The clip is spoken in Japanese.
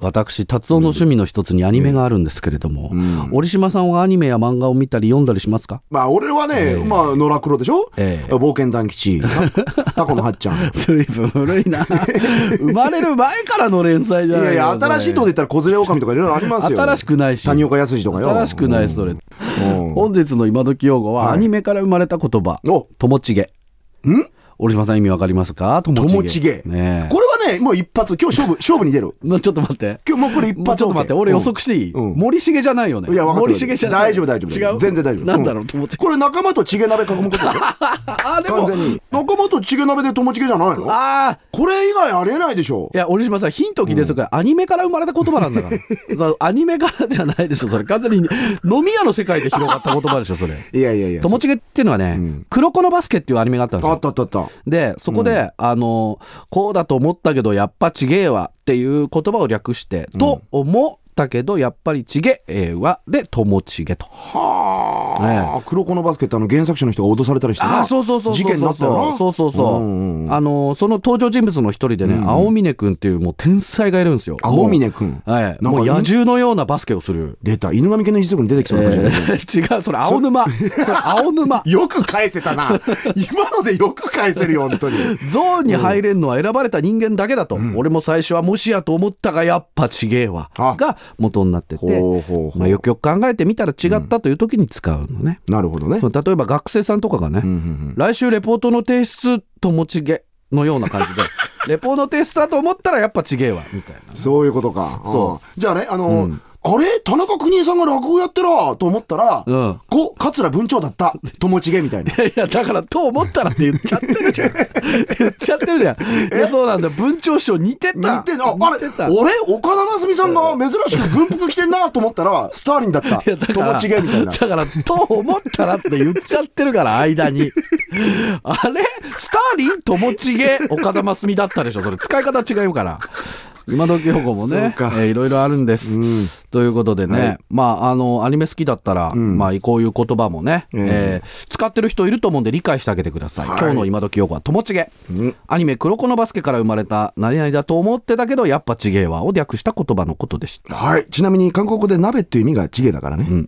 私達夫の趣味の一つにアニメがあるんですけれども、ん折島さんはアニメや漫画を見たり読んだりしますか まあ、俺はね、まあ、野良黒でしょ、ええ冒険団吉、タコのはっ ちゃん。い随分古いな 生まれる前からの連載じゃないやいや、それ新しいとこで言ったら、小連れ狼とかいろいろありますよ。新しくないし谷岡康とかよ。新しくないそれ、うん本日の今時用語は、はいアニメから生まれた言葉おともちげ折島さん意味わかりますかともとちげもちげ。ねえこれはね、もう一発、今日 勝負、勝負に出る。まちょっと待って今日もうこれ一ま発ちょっと待って OK 俺予測していい、うん森重じゃないよねいや、分かってる森重じゃない大丈夫、大丈夫。違う全然大丈夫。なんだろう、うんともちげこれ仲間とチゲ鍋囲むことだよ。 ああで完も全に。仲間とチゲ鍋で友チゲじゃないのああこれ以外ありえないでしょい。や、折島さん、ヒントを聞いてるから、アニメから生まれた言葉なんだから。 そうアニメからじゃないでしょ、それ。完全に、飲み屋の世界で広がった言葉でしょ、それ。いやいやいや。ともちげっていうのはね、黒子のバスケっていうアニメがあったんですあよっ。たあったあった。で、そこで、あの、こうだと思ったけど、やっぱちげえわっていう言葉を略して、と思ったけど、やっぱりちげえわで、ともちげと。はあ、え黒子のバスケってあの原作者の人が脅されたりしてなああ、そうそうそうそうそう。事件になったよなそうそうそう。んんんあの、その登場人物の一人でね、青峰くんっていうもう天才がいるんですよ。青峰くんはい。なんかもう野獣のようなバスケをする。出た犬神家の一族に出てきそうな感じだね 違う、それ青沼。それ青沼。よく返せたな 今のでよく返せるよ本当にゾーンに入れんのは選ばれた人間だけだと、俺も最初はもしやと思ったがやっぱちげえわあが元になっててほうほうほうまあ、よくよく考えてみたら違ったという時に使うのね、なるほどねその例えば学生さんとかがね、来週レポートの提出ともちげのような感じでレポートの提出だと思ったらやっぱちげえわみたいなそういうことかそうんじゃあねあの、あれ田中邦衛さんが落語やってらと思ったら、うんこ桂文鳥だった友知げみたいないやだからと思ったらって言っちゃってるじゃん言っちゃってるじゃんいやそうなんだよ文鳥師匠似てた似てああ似れてた俺岡田真澄さんが珍しく軍服着てんなと思ったらスターリンだったいやだから 友知げみたいなだから、と思ったらって言っちゃってるから、間 に。あれスターリン、ともちげ、岡田真澄だったでしょ、それ。使い方違うから。今時保護もね、えそうかーいろいろあるんです。ということでね、まあ、あの、アニメ好きだったら、まあ、こういう言葉もね、んえー使ってる人いると思うんで理解してあげてください。はい今日の今時用語は、ともちげ。アニメ、黒子のバスケから生まれた、何々だと思ってたけど、やっぱちげえわを略した言葉のことでした。はい。ちなみに韓国語で鍋っていう意味がチゲだからね。